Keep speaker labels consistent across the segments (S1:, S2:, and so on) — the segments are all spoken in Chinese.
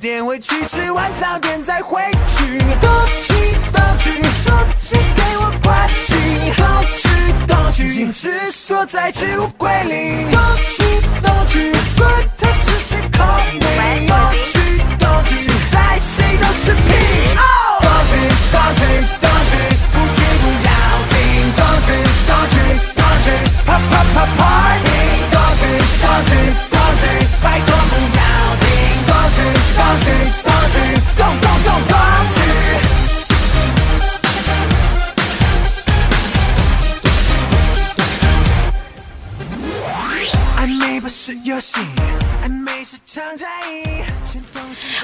S1: 点回去，吃完早点再回去。东去东去，手机给我关机。东去东去，坚持锁在置物柜里。东去东去，管他是谁 call 你。东去东去，现在谁都是屁。东去东去东去，不去不要停。东去东去东去，啪啪啪 party。东去东去东去，拜托不要。去，高去，高去，动动动高去。暧昧不是游戏，暧昧是场战役。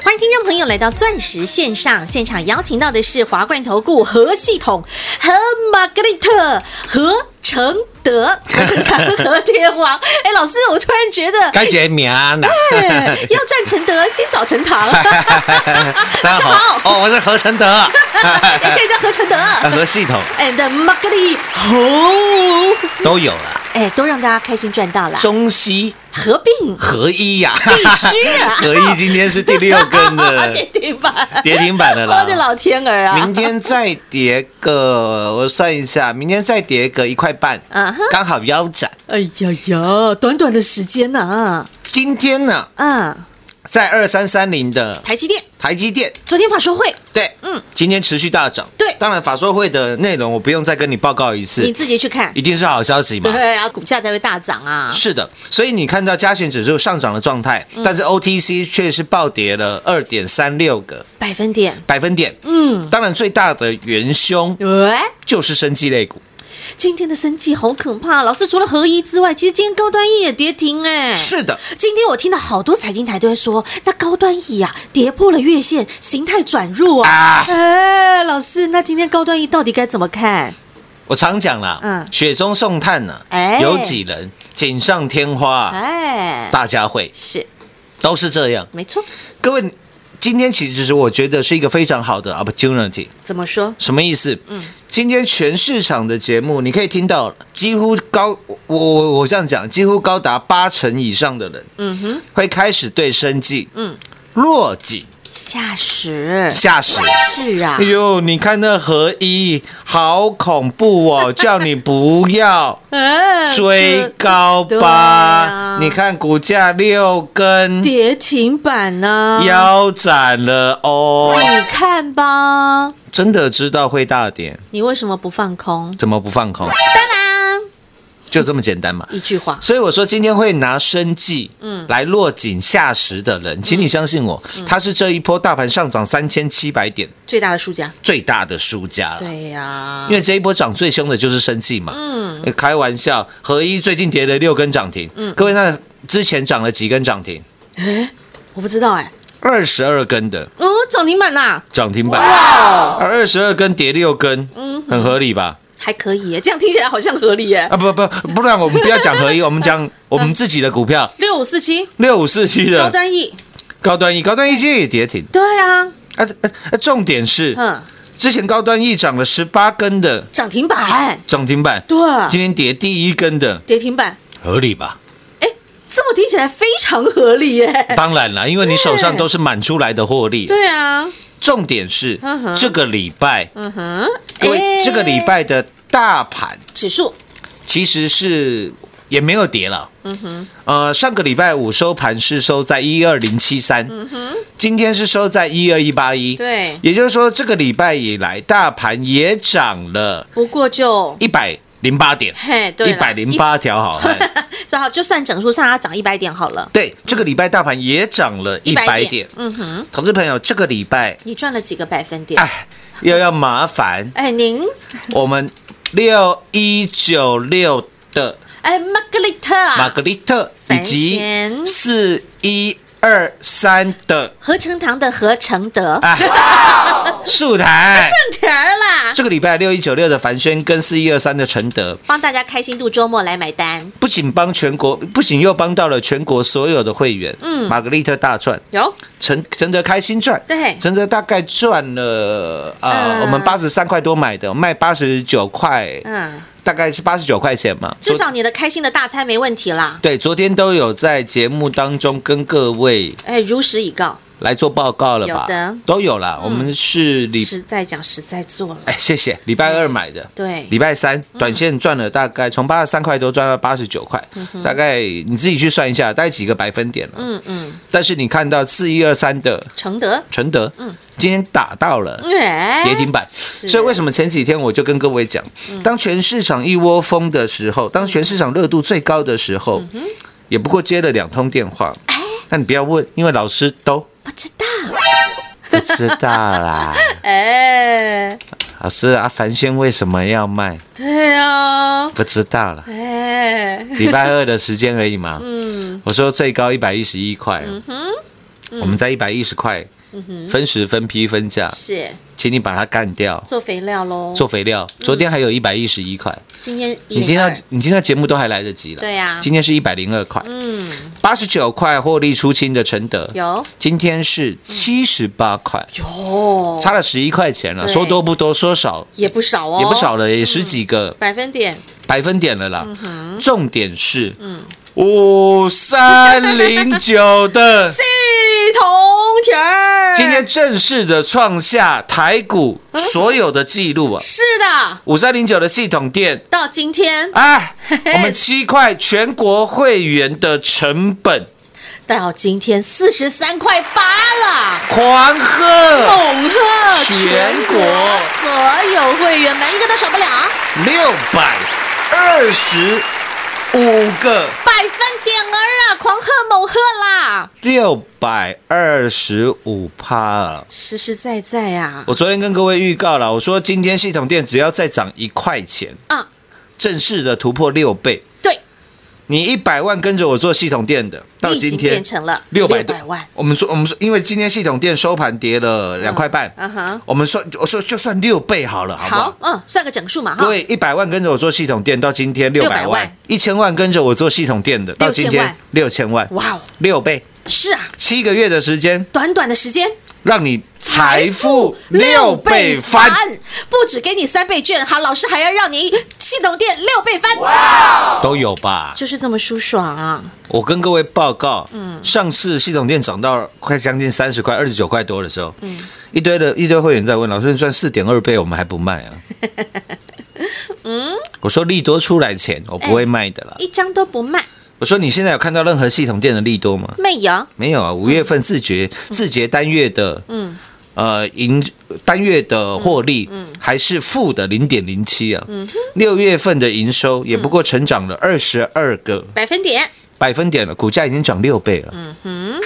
S2: 欢迎听众朋友来到钻石线上现场，邀请到的是华冠投顾何系统和玛格丽特何成德何成德何天王。哎，老师，我突然觉得
S3: 该解名
S1: 啊
S3: 了。
S2: 对，要赚承德，先找陈堂。
S3: 大家好，哦，我是何 承德，
S2: 也 可以叫何承德。
S3: 何系统
S2: ，and 玛格丽哦，
S3: 都有了。
S2: 哎，都让大家开心赚到了。
S3: 中西。
S2: 合并
S3: 合一呀、
S2: 啊，必须啊！
S3: 合一今天是第六根 的
S2: 跌停板，
S3: 跌停板的啦！
S2: 我的老天儿啊！
S3: 明天再跌个，我算一下，明天再跌个一块半，啊、uh，刚、huh、好腰斩。
S2: 哎呀呀，短短的时间呢、啊！
S3: 今天呢？嗯，在二三三零的
S2: 台积电，
S3: 台积电
S2: 昨天法说会，
S3: 对，嗯，今天持续大涨，
S2: 对，
S3: 当然法说会的内容我不用再跟你报告一
S1: 呃
S3: 次，
S2: 你自己去
S1: 啊
S2: 看，
S3: 一定是好消息嘛，
S2: 对啊，股价才会大涨啊。
S3: 是的，所以你看到加权指数上涨的状态，嗯、但是 OTC 却是暴跌了二点三六个
S2: 百分点，
S3: 百分点，嗯，当然最大的元凶
S2: 喂，
S3: 就是生技类股。
S4: 今天的生计好可怕。老师，除了合一之外，其实今天高端 E 也跌停哎、
S1: 是的，
S4: 今天我听到好多财经台都在说，那高端 E 啊跌破了月线，形态转弱啊。
S1: 啊
S4: 哎，老师，那今天高端 E 到底该怎么看？
S1: 我常讲啦，
S4: 嗯
S1: 雪中送炭呐、
S4: 哎
S1: 有几人锦上添花、啊，
S4: 哎，
S1: 大家会
S4: 是
S1: 都是这样。
S4: 没错，
S1: 各位，今天其实是我觉得是一个非常好的 opportunity，
S4: 怎么说？
S1: 什么意思？嗯，今天全市场的节目你可以听到，几乎高我我我这样讲，几乎高达八成以上的人，嗯哼，会开始对生计，嗯，落井
S4: 下石
S1: 下石。
S4: 是啊
S1: 哎，呦，你看那合一，好恐怖哦！叫你不 要
S4: 哎
S1: 追
S4: 是
S1: 高
S4: 对
S1: 吧
S4: 啊？
S1: 你看股价六根
S4: 跌停板呢、
S1: 腰斩了哦，
S4: 你看吧，
S1: 真的知道会大跌，
S4: 你为什么不放空？
S1: 怎么不放空？
S4: 当然，
S1: 就这么简单嘛。
S2: 嗯
S4: 一句话，
S1: 所以我说，今天会拿生计来落井下石的人，请你相信我，他是这一波大盘上涨三千七百点
S4: 最大的输家。
S1: 最大的输家了。
S4: 对呀、
S1: 因为这一波涨最凶的就是生计嘛。嗯，开玩笑，合一最近跌了六根涨停。嗯，各位，那之前涨了几根涨停？
S4: 哎，我不知道哎、
S1: 二十二根的
S4: 哦，涨停板呐、
S1: 涨停板，而二十二根跌六根，嗯，很合理吧？
S4: 还可以耶，这样听起来好像合理耶。
S1: 啊，不不，不然我们不要讲合一，我们讲我们自己的股票
S4: 六五四七
S1: 六五四七
S4: 高
S1: 的
S4: 端 E，
S1: 高端一，高端一今天也跌停。
S4: 对啊，
S1: 啊啊啊！重点是，
S4: 嗯，
S1: 之前高端一涨了十八根的
S4: 涨停板，
S1: 涨停板，
S4: 对，啊
S1: 今天跌第一根的，
S4: 跌停板，
S1: 合理吧？
S4: 哎，这么听起来非常合理耶。
S1: 当然啦，因为你手上都是满出来的获利。
S4: 哎对啊，
S1: 重点是
S4: 嗯哼
S1: 这个礼拜，
S4: 嗯哼，
S1: 各位
S4: 哎
S1: 这个礼拜的大盘
S4: 指数
S1: 其实是也没有跌了。嗯哼，呃，上个礼拜五收盘是收在一二零七三，嗯哼，今天是收在一二一八一，
S4: 对
S1: 也就是说这个礼拜以来，大盘也涨了
S4: 不过就
S1: 一百零八点，
S4: 嘿，对
S1: 一
S4: 了，
S1: 百零八条好 汉。
S4: 一，然后就算整数上它涨一百点好了，
S1: 对，这个礼拜大盘也涨了一百
S4: 100
S1: 点。
S4: 嗯哼，
S1: 投资朋友，这个礼拜，
S4: 你赚了几个百分点？
S1: 哎，又要麻烦
S4: 哎，您
S5: 嗯
S1: 我们六一九六的
S4: 哎，玛格丽特啊，
S1: 玛格丽特，以
S4: 凡
S1: 及
S4: 贤
S1: 四一二三的
S4: 合成堂的合成德，
S1: 哎，树台。
S4: 正题儿啦，
S1: 这个礼拜六一九六的凡轩跟四一二三的承德，
S4: 帮大家开心度周末来买单，
S1: 不仅帮全国，不仅又帮到了全国所有的会员。嗯，玛格丽特大赚，
S4: 有
S1: 承承德开心赚，
S4: 对
S1: 承德大概赚了呃，
S4: 嗯
S1: 我们八十三块多买的，卖八十九块，
S4: 嗯，
S1: 大概是八十九块钱嘛，
S4: 至
S1: 昨
S4: 少你的开心的大餐没问题啦。
S1: 对，昨天都有在节目当中跟各位
S4: 哎，如实以告，
S1: 来做报告了吧？
S4: 有的
S1: 都有啦，我们是礼，
S4: 实在讲，实在做了。
S1: 哎，谢谢，礼拜二买的。
S4: 对，
S1: 礼拜三短线赚了大概从八十三块多赚到八十九块，大概你自己去算一下，大概几个百分点了。
S4: 嗯嗯，
S1: 但是你看到四一二三的
S4: 承德，
S1: 承德，今天打到了
S4: 嗯哎，嗯
S1: 跌停板。所以为什么前几天我就跟各位讲，当全市场一窝蜂的时候，当全市场热度最高的时候，
S4: 嗯
S1: 也不过接了两通电话。
S4: 哎
S1: 那你不要问，因为老师都
S4: 不知道，
S1: 不知道啦。
S4: 哎，
S1: 老师，阿凡轩为什么要卖？
S4: 对啊，
S1: 不知道 啦。
S4: 哎，
S1: 礼拜二的时间而已嘛。嗯，我说最高一百一十一块，哦
S4: 嗯
S1: 我们在一百一十块，分时分批分价，
S4: 是
S1: 请你把它干掉，
S4: 做肥料喽，
S1: 做肥料。昨天还有一百一十一块，
S4: 今天嗯一
S1: 你听
S4: 零
S1: 到
S4: 二，
S1: 你听到节目都还来得及了。
S4: 对啊
S1: 今天是一百零二块，
S4: 嗯，
S1: 八十九块获利出清的承德，
S4: 有
S1: 今天是七十八块，
S4: 有，
S1: 差了十一块钱了。
S4: 对
S1: 说多不多，说少
S4: 哦也不少哦，
S1: 也不少了，也十几个
S4: 百分点，
S1: 百分点了啦。重点是，五三零九的
S4: 系统体儿，
S1: 今天正式的创下台股所有的记录啊！
S4: 是的，
S1: 五三零九的系统店。
S4: 到今天
S1: 哎，我们七块全国会员的成本
S4: 到今天四十三块八了。
S1: 狂喝
S4: 恐吓
S1: 呃全国
S4: 所有会员，每一个都少不了
S1: 六百二十五个，
S4: 百分点儿啊！狂贺猛贺啦，
S1: 六百二十五趴。
S4: 实实在在啊！
S1: 我昨天跟各位预告了，我说今天系统店只要再涨一块钱，
S4: 啊，
S1: 正式的突破六倍。
S4: 对，
S1: 你一百万跟着我做系统店的，到
S4: 你已经
S1: 今天
S4: 变成了
S1: 六百
S4: 600万
S1: 我们说，我们说，因为今天系统店收盘跌了两块半，
S4: 嗯哼
S1: 我们算，我说就算六倍好了，好不
S4: 好
S1: 好，？
S4: 嗯，算个整数嘛哈
S1: 各。位一百万跟着我做系统店，到今天六百
S4: 600
S1: 万
S4: 万；
S1: 一千万跟着我做系统店的，到今天六千万，
S4: 哇哦，
S1: 六倍，
S4: 是啊，
S1: 七个月的时间，
S4: 短短的时间，
S1: 让你财富六倍翻。，
S4: 不止给你三倍券，好，老师还要让你系统店六倍翻，
S1: 都有吧？
S4: 就是这么舒爽啊！
S1: 我跟各位报告，嗯，上次系统店涨到快将近三十块，二十九块多的时候，嗯，一堆的一堆会员在问老师，你赚四点二倍，我们还不卖啊？ 嗯，哎我说利多出来前，我不会卖的啦。
S4: 一张都不卖，
S1: 我说你现在有看到任何系统店的利多吗？
S4: 没有，
S1: 没有啊，五月份自觉自节单月的，嗯，呃，盈单月的获利，嗯，还是负的零点零七啊，嗯，六月份的营收也不过成长了二十二个
S4: 百分点
S1: 百分点了，股价已经涨六倍了。嗯哼，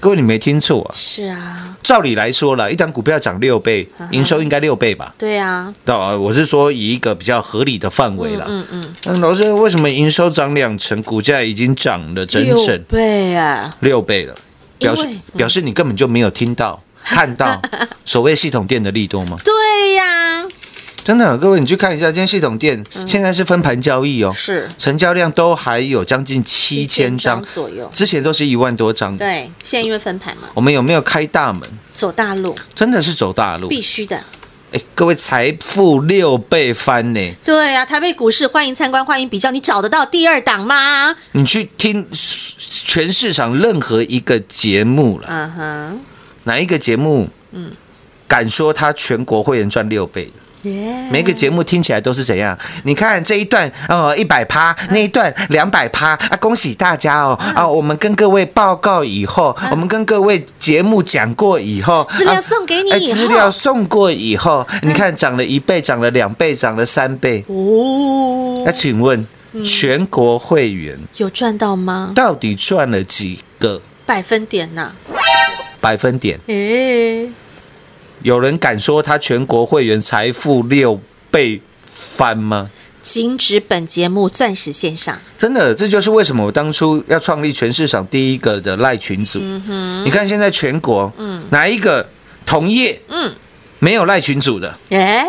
S1: 各位你没听错啊，
S4: 是啊，
S1: 照理来说了，一档股票涨六倍，营收应该六倍吧？
S4: 对啊，
S1: 到啊我是说以一个比较合理的范围啦。嗯嗯。那老师，为什么营收涨两成，股价已经涨了整
S4: 六
S1: 整
S4: 倍啊，
S1: 六倍了？表示
S4: 因为嗯
S1: 表示你根本就没有听到。看 到所谓系统店的利多吗？
S4: 对呀、
S1: 真的，各位你去看一下，今天系统店现在是分盘交易哦，
S4: 是
S1: 成交量都还有将近七千张
S4: 7000左右
S1: 之前都是一万多张的。
S4: 对，现在因为分盘嘛，
S1: 我们有没有开大门？
S4: 走大路
S1: 真的是走大路，
S4: 必须的，
S1: 哎，各位财富六倍翻呢！
S4: 对啊，台北股市欢迎参观，欢迎比较，你找得到第二档吗？
S1: 你去听全市场任何一个节目了，
S4: 嗯哼，
S1: 哪一个节目？嗯，敢说他全国会员赚六倍的？
S4: 耶，
S1: 每一个节目听起来都是怎样？你看这一段哦，一百趴，
S4: 嗯
S1: 那一段两百趴啊！恭喜大家哦！啊，我们跟各位报告以后，我们跟各位节目讲过以后，
S4: 嗯资料
S1: 啊
S4: 送给你
S1: 哎
S4: 以后嗯
S1: 资料送过以后，你看涨了一倍，涨了两倍，涨了三倍。
S4: 哦
S1: 那，请问
S4: 嗯
S1: 全国会员
S4: 有赚到吗？
S1: 到底赚了几个
S4: 百分点呐、
S1: 百分点？
S4: 诶，
S1: 有人敢说他全国会员财富六倍翻吗？
S4: 仅止本节目钻石线上，
S1: 真的，这就是为什么我当初要创立全市场第一个的赖群组。
S4: 嗯
S1: 你看现在全国，哪一个同业，没有赖群组的，
S4: 哎，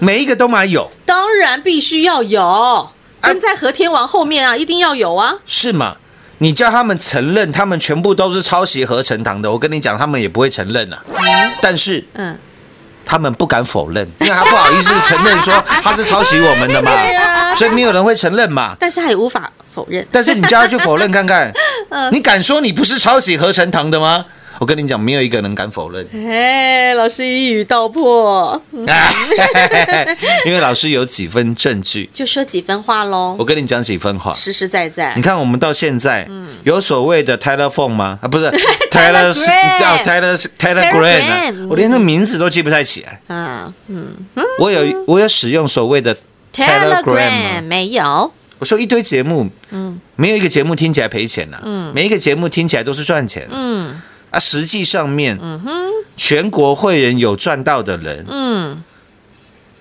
S1: 每一个都买有，
S4: 当然必须要有，跟在和天王后面啊，一定要有啊，
S1: 是吗？你叫他们承认，他们全部都是抄袭合成堂的，我跟你讲，他们也不会承认啊。但是
S4: 嗯，
S1: 他们不敢否认，因为他不好意思承认 说他是抄袭我们的嘛
S4: 对啊，
S1: 所以没有人会承认嘛。
S4: 但是他也无法否认，
S1: 但是你叫他去否认看 看，
S4: 嗯
S1: 你敢说你不是抄袭合成堂的吗？我跟你讲，没有一个人敢否 认，
S4: 哎，老师一语道破，
S1: 啊 因为老师有几分证据，
S4: 就说几分话喽
S1: 我，跟你讲几分话。
S4: 实实在在
S1: 你，看，我们到现在
S4: 嗯
S1: 有所谓的 Taylor Phone 吗？啊，不 是
S4: Taylor
S1: Taylor
S4: Grant
S1: 啊 Taylor Taylor
S4: Taylor
S1: Grant，啊
S4: Grant，
S1: 我连那名字都记不太起来。
S4: 啊
S1: 我有我有使用所谓的 Telegram 吗
S4: ，Telegram 没有，
S1: 我说一堆节目，嗯，没有一个节目听起来赔钱呐、嗯，每一个节目听起来都是赚钱，嗯，啊，实际上面，嗯哼，全国会员有赚到的人，嗯，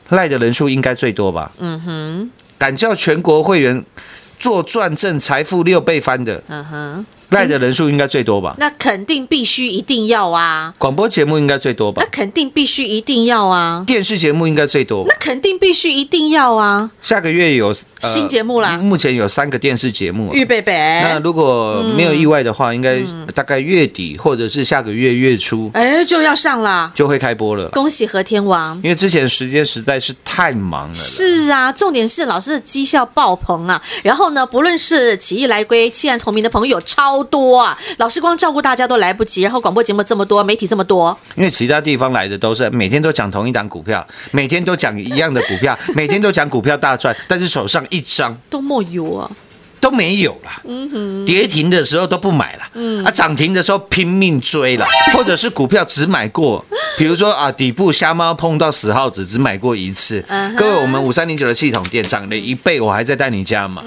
S1: 赖的人数应该最多吧，嗯哼，敢叫全国会员做转正财富六倍翻的，
S4: 嗯哼，
S1: 赖的人数应该最多吧，
S4: 那肯定必须一定要啊，
S1: 广播节目应该最多吧
S4: 那，肯定必须一定要啊，
S1: 电视节目应该最多吧
S4: 那，肯定必须一定要啊，
S1: 下个月有、呃
S4: 新节目啦
S1: 目前有三个电视节目、啊
S4: 预备备，
S1: 呃那如果没有意外的话，应该
S4: 嗯
S1: 大概月底或者是下个月月初
S4: 哎，就要上啦！
S1: 就会开播了啦。
S4: 恭喜和天王。
S1: 因为之前时间实在是太忙了啦，
S4: 是啊，重点是老师的绩效爆棚啊！然后呢，不论是起义来归、弃暗投明的朋友超多啊，老师光照顾大家都来不及，然后广播节目这么多，媒体这么多，
S1: 因为其他地方来的都是每天都讲同一档股票，每天都讲一样的股 票，每天都讲股票大赚，但是手上一张
S4: 都没有啊！
S1: 都没有啦。
S4: 嗯
S1: 跌停的时候都不买了，啊，涨停的时候拼命追 了，或者是股票只买过，比如说啊，底部瞎猫碰到死耗子，只买过一次。
S4: 嗯哼
S1: 各位，我们五三零九的系统店涨了一倍，我还在带你加嘛，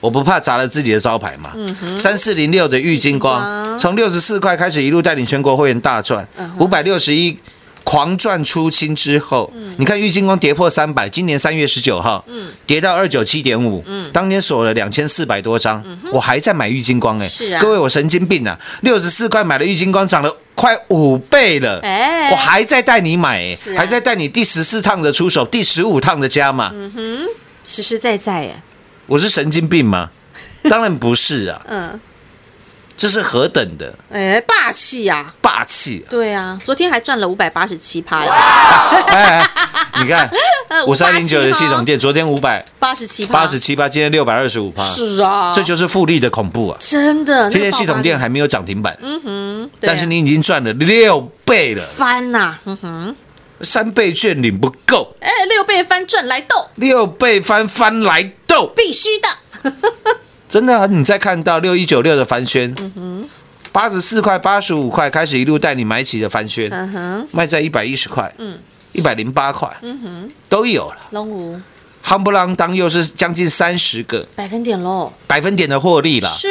S1: 我不怕砸了自己的招牌嘛。三四零六的玉金
S4: 嗯玉金
S1: 光，
S4: 光嗯
S1: 从六十四块开始一路带领全国会员大赚，五百六十一。狂赚出清之后，
S4: 嗯
S1: 你看玉金光跌破三百，今年三月十九号，跌到二九七点五，
S4: 嗯
S1: 当年锁了两千四百多张，我还在买玉金光哎、
S4: 是啊
S1: 各位我神经病啊，六十四块买了玉金光，涨了快五倍了，
S4: 哎
S1: 我还在带你买、哎
S4: 是啊
S1: 还在带你第十四趟的出手，第十五趟的加码，
S4: 实实在在啊耶，
S1: 我是神经病 吗？当然不是啊，
S4: 嗯，
S1: 这是何等的
S4: 哎，霸气呀、
S1: 霸气、啊！
S4: 对啊，昨天还赚了五百八十七趴，
S1: 哎，哎你看
S4: 呃
S1: 五三零九的系统
S4: 587
S1: 店，昨天五百
S4: 八十七趴，
S1: 八十七八，今天六百二十五趴，
S4: 是啊，
S1: 这就是复利的恐怖啊！
S4: 真的。
S1: 今天
S4: 那个爆发
S1: 系统
S4: 力
S1: 店还没有涨停板，
S4: 嗯哼，对啊
S1: 但是你已经赚了六倍了，
S4: 翻呐、嗯哼，
S1: 三倍券领不够，
S4: 哎，六倍翻赚来斗，
S1: 六倍翻翻来斗，
S4: 必须的。
S1: 真的啊！你再看到六一九六的凡轩，
S4: 嗯
S1: 八十四块、八十五块开始一路带你买起的凡轩，
S4: 嗯哼，
S1: 卖在一百一十块，一百零八块，
S4: 嗯
S1: 都有了，
S4: 龙五
S1: 夯不啷当又是将近三十个
S4: 百分点喽，
S1: 百分点的获利啦。
S4: 是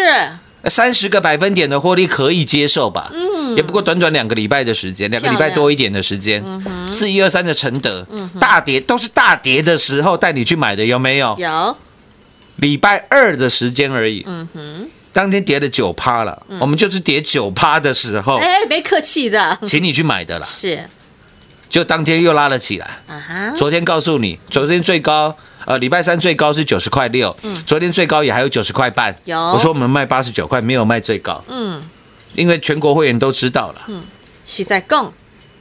S1: 三十个百分点的获利可以接受吧？嗯，也不过短短两个礼拜的时间，两个礼
S4: 漂
S1: 拜
S4: 亮嗯
S1: 多一点的时间，四一二三的承德，大跌都是大跌的时候带你去买的，有没有？
S4: 有
S1: 礼拜二的时间而已，嗯哼，嗯当天跌了九趴了，我们就是跌九趴的时候，
S4: 哎，没客气的，
S1: 请你去买的啦，
S4: 是
S1: 就当天又拉了起来。
S4: 啊哈，
S1: 昨天告诉你，昨天最高，呃，礼拜三最高是九十块六，昨天最高也还嗯有九十块半。
S4: 有
S1: 我说我们卖八十九块，没有卖最高，
S4: 嗯，
S1: 因为全国会员都知道了，
S4: 是在供，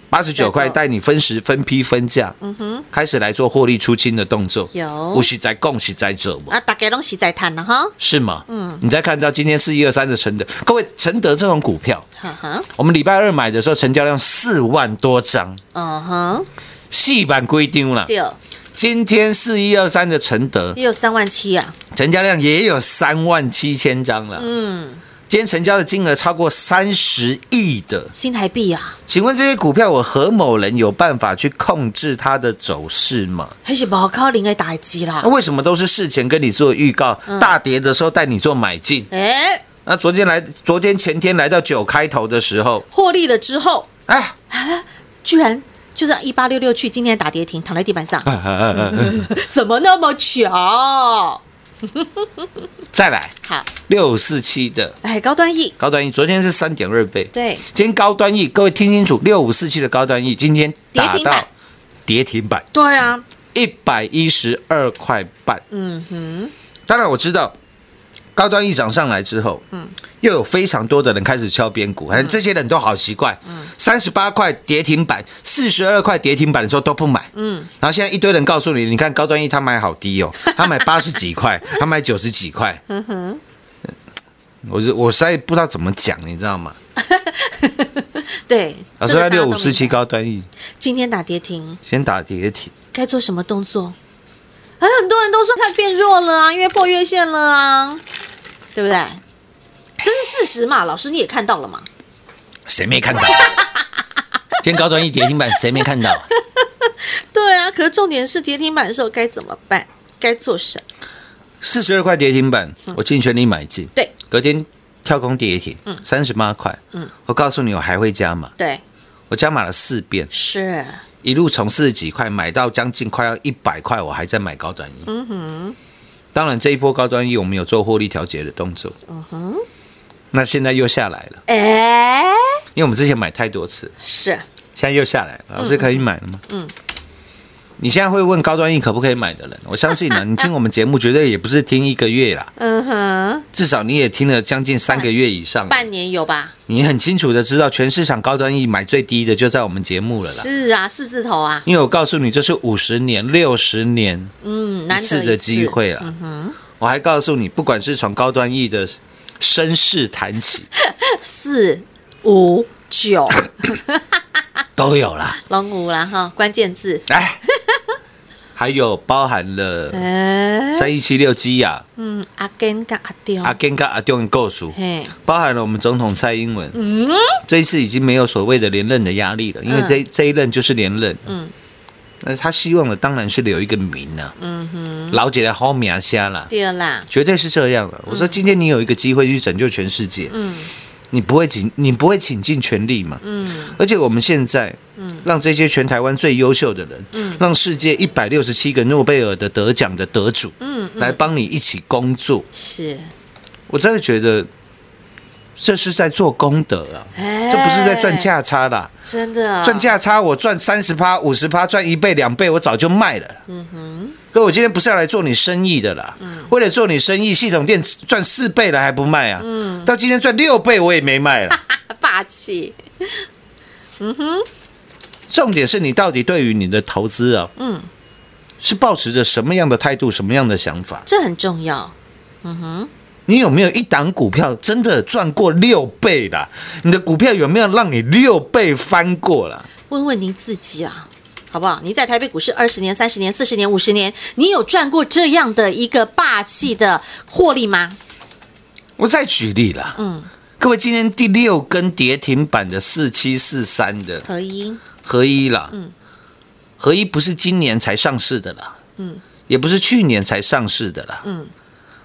S1: 八十九块带你分时、分批、分价，嗯哼，开始来做获利出清的动作。
S4: 有
S1: 不是在供，是在折磨。
S4: 啊，大家拢是在谈了哈，
S1: 是吗？嗯，你再看到今天四一二三的承德，各位承德这种股票，
S4: 哈哈，
S1: 我们礼拜二买的时候成交量四万多张，
S4: 嗯哼，
S1: 细板规定了。
S4: 对，
S1: 今天四一二三的承德，
S4: 也有三万七啊，
S1: 成交量也有三万七千张了。
S4: 嗯，
S1: 今天成交的金额超过三十亿的，
S4: 新台币啊，
S1: 请问这些股票，我何某人有办法去控制它的走势吗？
S4: 还是不好靠零的打击啦
S1: 那，为什么都是事前跟你做预告，
S4: 嗯
S1: 大跌的时候带你做买进？
S4: 哎，
S1: 那昨天来，昨天前天来到九开头的时候，
S4: 获利了之后，
S1: 哎，
S4: 居然就这样一八六六去，今天打跌停，躺在地板上，
S1: 呃呃呃呃
S4: 怎么那么巧？
S1: 再来
S4: 好，
S1: 六四七的
S4: 哎，高端 E，
S1: 高端 E，昨天是三点二倍，
S4: 对，
S1: 今天高端 E，各位听清楚，六五四七的高端 E 今天打
S4: 跌停板
S1: 到跌停板。
S4: 对啊，
S1: 一百一十二块半。嗯哼，当然我知道，高端一涨上来之后，嗯，又有非常多的人开始敲边鼓，
S4: 嗯
S1: 哎，这些人都好奇怪，嗯，三十八块跌停板，四十二块跌停板的时候都不买，嗯，然后现在一堆人告诉你，你看高端一他买好低 哦，他买八十几块，他买九十几块，嗯我就我实在不知道怎么讲，你知道吗？
S4: 对，
S1: 老师
S4: 这
S1: 在
S4: 个大家
S1: 六
S4: 都
S1: 五四七
S4: 明白
S1: 高端一
S4: 今天打跌停，
S1: 先打跌停，
S4: 该做什么动作？还有很多人都说它变弱了啊，因为破月线了啊，对不对？这是事实嘛，老师你也看到了嘛？
S1: 谁没 看到？今天高端一跌停板，谁没看到？
S4: 对啊，可是重点是跌停板的时候该怎么办？该做什么？
S1: 四十二块跌停板，我尽全力买进。
S4: 对，
S1: 隔天跳空跌停，三十八块。我告诉你，我还会加码，
S4: 对，
S1: 我加码了四遍，
S4: 是，
S1: 一路从四十几块买到将近快要一百块，我还在买高端一。嗯哼，当然这一波高端一我们有做获利调节的动作。嗯哼，那现在又下来了，
S4: 哎，
S1: 因为我们之前买太多次，
S4: 是
S1: 现在又下来了，老师可以买了吗？嗯。你现在会问高端一可不可以买的 人，我相信呢、你听我们节目绝对也不是听一个月啦，
S4: 嗯哼，哎
S1: 至少你也听了将近三个月以上了。
S4: 半年有吧？
S1: 你很清楚的知道，全市场高端 E 买最低的就在我们节目了啦。
S4: 是啊，四字头啊，
S1: 因为我告诉你，这是五十年、六十年
S4: 嗯，
S1: 一
S4: 难得
S1: 次的机会
S4: 嗯
S1: 啦。我还告诉你，不管是从高端 E 的身世谈起，
S4: 四五九
S1: 都有啦。
S4: 龙五啦哈，关键字，
S1: 哎，还有包含了
S4: 哎，
S1: 三一七六基亚、
S4: 嗯，阿根跟阿丢，
S1: 阿根跟阿丢的构数，
S4: 嘿，
S1: 包含了我们总统蔡英文。嗯，这一次已经没有所谓的连任的压力了，因为这、这一任就是连任。嗯，那他希望的当然是留一个名
S3: 啊
S1: 呐、嗯哼，老姐的好名声啦。
S4: 对啦，
S1: 绝对是这样的。我说今天你有一个机会去拯救全世界，嗯，
S6: 你不会尽你不会倾尽全力嘛。
S4: 嗯，
S6: 而且我们现在，让这些全台湾最优秀的人，让世界一百六十七个诺贝尔的得奖的得主，
S4: 嗯
S6: 来帮你一起工作，
S4: 是，
S6: 我真的觉得这是在做功德啊，
S4: 哎
S6: 这不是在赚，价差啦。
S4: 真的啊
S6: 赚，价差，我赚三十趴、五十趴，赚一倍、两倍，我早就卖了。嗯哼，可我今天不是要来做你生意的啦。
S4: 嗯
S6: 为了做你生意，系统店赚四倍了还不卖啊？嗯，到今天赚六倍我也没 卖了。
S4: 霸气，
S6: 重点是你到底对于你的投资啊，
S4: 嗯，
S6: 是抱持着什么样的态度、什么样的想法？
S4: 这很重要。
S6: 你有没有一档股票真的赚过六倍啦？你的股票有没有让你六倍翻过啦？
S4: 问问您自己啊，好不好？你在台北股市二十年、三十年、四十年、五十年，你有赚过这样的一个霸气的获利吗？
S6: 我再举例啦，
S4: 嗯，
S6: 各位，今天第六根跌停板的四七四三的
S4: 合一，
S6: 合一啦，合一不是今年才上市的啦，也不是去年才上市的啦，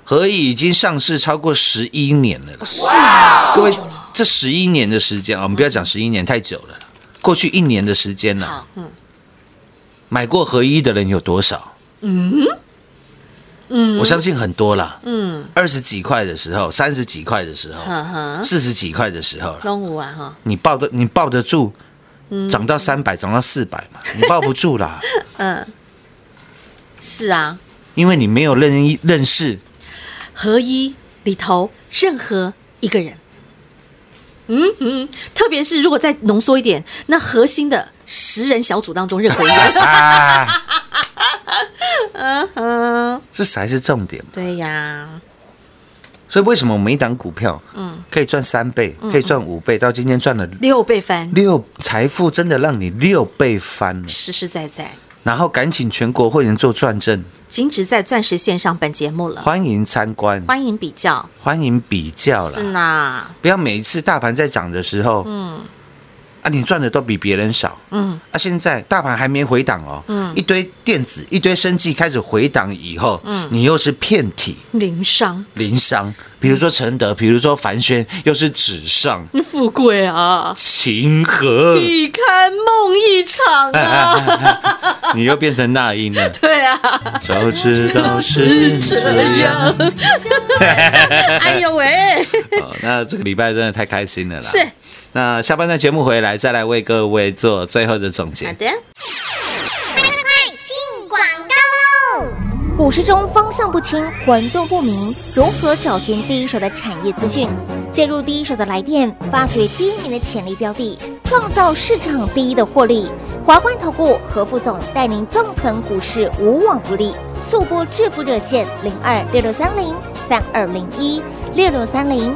S6: 合一已经上市超过十一年了啦，各位，这十一年的时间啊，我们不要讲十一年太久了啦，过去一年的时间啦，
S4: 好，嗯，
S6: 买过合一的人有多少？嗯，我相信很多啦。嗯，二十几块的时候，三十几块的时候，
S4: 呵呵，
S6: 四十几块的时候啦，
S4: 龙五啊，哈，
S6: 你抱得你抱得住，涨到三百，涨到四百嘛，你抱不住啦，
S4: 是啊，
S6: 因为你没有认一认识
S4: 合一里头任何一个人，嗯嗯，特别是如果再浓缩一点，那核心的十人小组当中任何一个人，
S6: 啊，
S4: 嗯，
S6: 这才是重点嘛。
S4: 对呀，
S6: 所以为什么我们一档股票，嗯，可以赚三倍，可以赚五倍，到今天赚了
S4: 六倍翻，
S6: 六，财富真的让你六倍翻了。
S4: 实实在在。
S6: 然后赶请全国会员做转正，
S4: 仅止在钻石线上本节目了，
S6: 欢迎参观，
S4: 欢迎比较，嗯
S6: 欢迎比较
S4: 是
S6: 啦。
S4: 呢。
S6: 不要每一次大盘在涨的时候，嗯，啊，你赚的都比别人少，
S4: 嗯，
S6: 啊，现在大盘还没回档哦，嗯，一堆电子、一堆生技开始回档以后，嗯，你又是片体
S4: 零商
S6: 零商，比如说承德，比如说凡轩，又是纸上
S4: 富贵啊，
S6: 情河，
S4: 你堪梦一场
S6: 嗯
S4: 啊！。
S6: 你又变成那英 了
S4: 对啊，
S6: 早知道是这样，
S4: 哎呦喂，
S6: 哦那这个礼拜真的太开心了啦。
S4: 是
S6: 那下半段节目回来，再来为各位做最后的总结
S4: 好。的。
S2: 股市中方向不清、混沌不明，如何找寻第一手的产业资讯？介入第一手的来电，发掘第一名的潜力标的，创造市场第一的获利。华冠投顾何副总带领纵横股市，无往不利。速播致富热线零二六六三零三二零一六六三零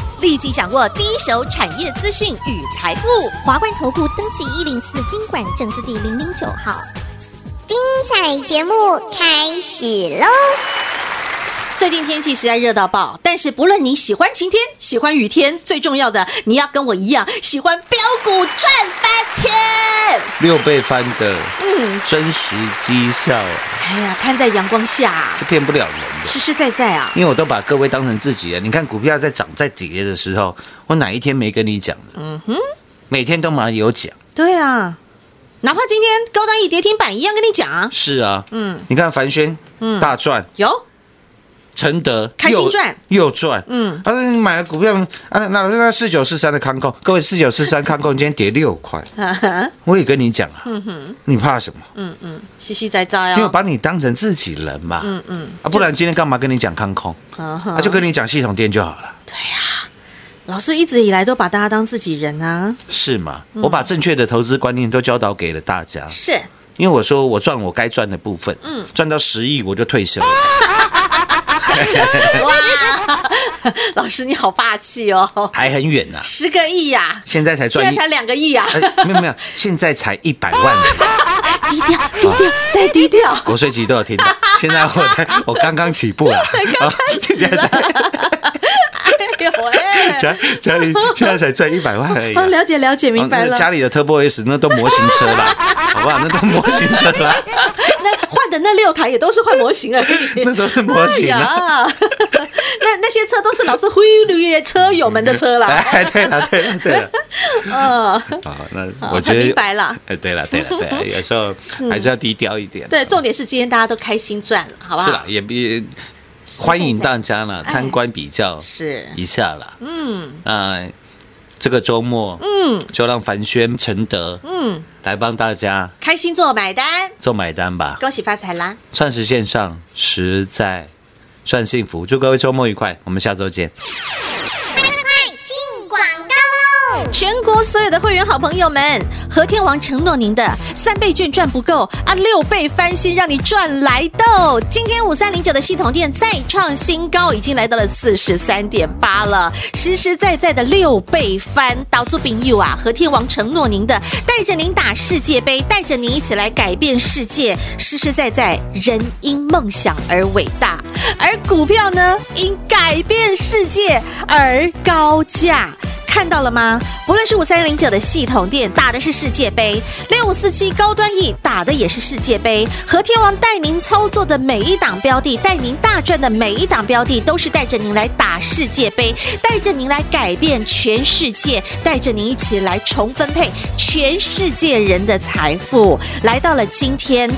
S7: 立即掌握第一手产业资讯与财富。
S2: 华冠投顾登记一零四经管证字第零零九号。精彩节目开始喽！
S4: 最近天气实在热到爆，但是不论你喜欢晴天、喜欢雨天，最重要的你要跟我一样喜欢标股赚翻天。
S6: 六倍翻的
S4: 嗯，
S6: 真实绩效，
S4: 哎呀，看在阳光下，
S6: 这骗不了人的。
S4: 实实在在啊。
S6: 因为我都把各位当成自己了。你看股票在涨在跌的时候，我哪一天没跟你讲的？嗯哼，每天都嘛有讲。
S4: 对啊，哪怕今天高端一跌停板一样跟你讲啊，
S6: 是啊，
S4: 嗯，
S6: 你看凡轩，嗯，大赚，
S4: 有
S6: 承德
S4: 开心
S6: 又
S4: 赚
S6: 又赚，
S4: 嗯，
S6: 但是你买了股票，啊，那那那四九四三的康控，各位四九四三康控今天跌六 块，我也跟你讲啊，
S4: 嗯
S6: 你怕什么？
S4: 实实在在
S6: 因为我
S4: 啊。
S6: 把你当成自己人嘛，嗯嗯，啊，不然今天干嘛跟你讲康控？
S4: 嗯哼
S6: 啊，就跟你讲系统店就好了，
S4: 老师一直以来都把大家当自己人啊，
S6: 是吗？
S2: 嗯
S6: 我把正确的投资观念都教导给了大家，
S4: 是
S6: 因为我说我赚我该赚的部 分，嗯，赚到十亿我就退休了，
S4: 哇，
S2: 老师你好霸气哦，
S6: 还很远呐、啊
S2: 十个亿呀、
S6: 现在才
S2: 现
S6: 赚
S2: 在
S6: 一，
S2: 才两个亿呀、
S6: 哎，没有没有，现在才一百万呢，
S2: 低调低调再低调，
S6: 国税局都有 听到。现在我才我刚刚起步啊啦，
S2: 开 始了，哎呦喂、
S6: 家家里现在才赚一百万而已啊、
S2: 哦，了解了解，明白
S6: 哦那
S2: 了。
S6: 家里的 Turbo S 那都模型车 啦，好不好？那都模型车啦，
S2: 那换的那六台也都是换模型而已，
S6: 那都是模型啊。
S2: 哎呀那那些车都是老师忽略车友们的啊车啦。
S6: 哎，对了，对了，对了，
S2: 嗯，
S6: 好，啊那
S2: 好
S4: 啊
S6: 我觉
S2: 很
S6: 得
S2: 明白啦。
S6: 哎，对了，对了，对了，有时候还是要低调一点。
S2: 对，
S4: 嗯
S2: 重点是今天大家都开心赚了，好不好？
S6: 是啦，也也欢迎大家啦，参观比较
S2: 是
S6: 一下啦。嗯，那这个周末，嗯，就让凡轩、承德，嗯，来帮大家
S2: 开心做买单，
S6: 做买单吧。
S2: 恭喜发财啦！
S6: 钻石线上实在算幸福，祝各位周末愉快，我们下周见。
S4: 进广告喽！
S2: 全国所有的会员好朋友们，和天王承诺您的三倍券赚不够啊，六倍翻新让你赚来的哦。今天五三零九的系统店再创新高，已经来到了四十三点八了，实实在在的六倍翻。岛主饼友啊，和天王承诺您的，带着您打世界杯，带着您一起来改变世界，实实在在，人因梦想而伟大。而股票呢，因改变世界而高价。看到了吗？不论是五三零九的系统店打的是世界杯，六五四七高端 E 打的也是世界杯。和天王带您操作的每一档标的，带您大赚的每一档标的，都是带着您来打世界杯，带着您来改变全世界，带着您一起来重分配全世界人的财富。来到了今天。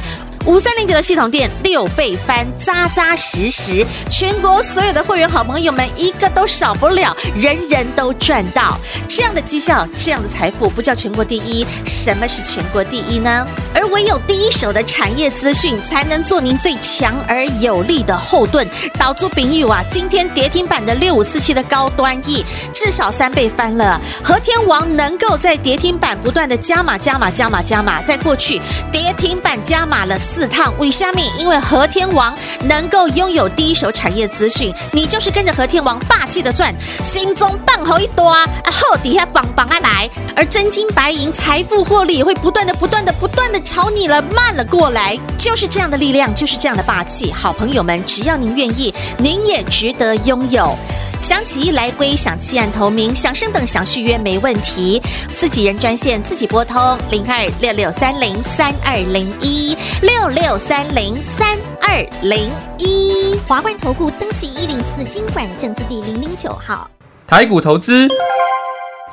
S2: 五三零九的系统店六倍翻，扎扎实实，全国所有的会员好朋友们一个都少不了，人人都赚到。这样的绩效，这样的财富，不叫全国第一，什么是全国第一呢？而唯有第一手的产业资讯，才能做您最强而有力的后盾。岛主丙友啊，今天跌停板的六五四七的高端 E，至少三倍翻了。和天王能够在跌停板不断的加码、加码、加码、加码，在过去跌停板加码了四趟。为虾米？因为和天王能够拥有第一手产业资讯，你就是跟着和天王霸气的赚，心中棒吼一朵啊，啊后底下棒棒啊来，而真金白银财富获利也会不断的、不断的、不断的朝你了慢了过来，就是这样的力量，就是这样的霸气。好朋友们，只要您愿意，您也值得拥有。想起一来归，想弃暗投明，想升等，想续约没问题。自己人专线自己拨通零二六六三零三二零一六六三零三二零一。
S4: 华冠投顾登记一零四经管证字第零零九号。
S8: 台股投资，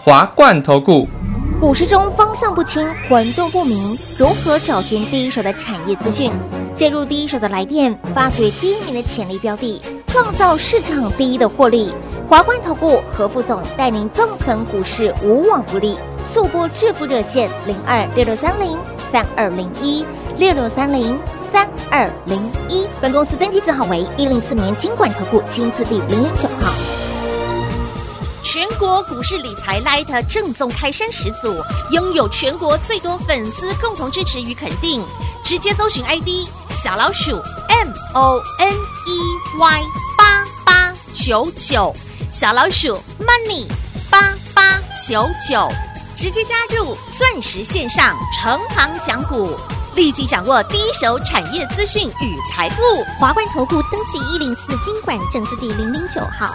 S8: 华冠投顾。
S4: 股市中方向不清、混沌不明，如何找寻第一手的产业资讯？介入第一手的来电，发掘第一名的潜力标的，创造市场第一的获利。华冠投顾何副总带领纵横股市，无往不利。速播致富热线零二六六三零三二零一六六三零三二零一。本公司登记字号为一零四年经管投顾新字第零零九号。
S9: 全国股市理财 Light 正宗开山始祖，拥有全国最多粉丝共同支持与肯定。直接搜寻 ID 小老鼠 M O N E Y 八八九九，小老鼠 Money 八八九九，直接加入钻石线上成行讲股，立即掌握第一手产业资讯与财富。
S4: 华冠投顾登记一零四经管证字第零零九号。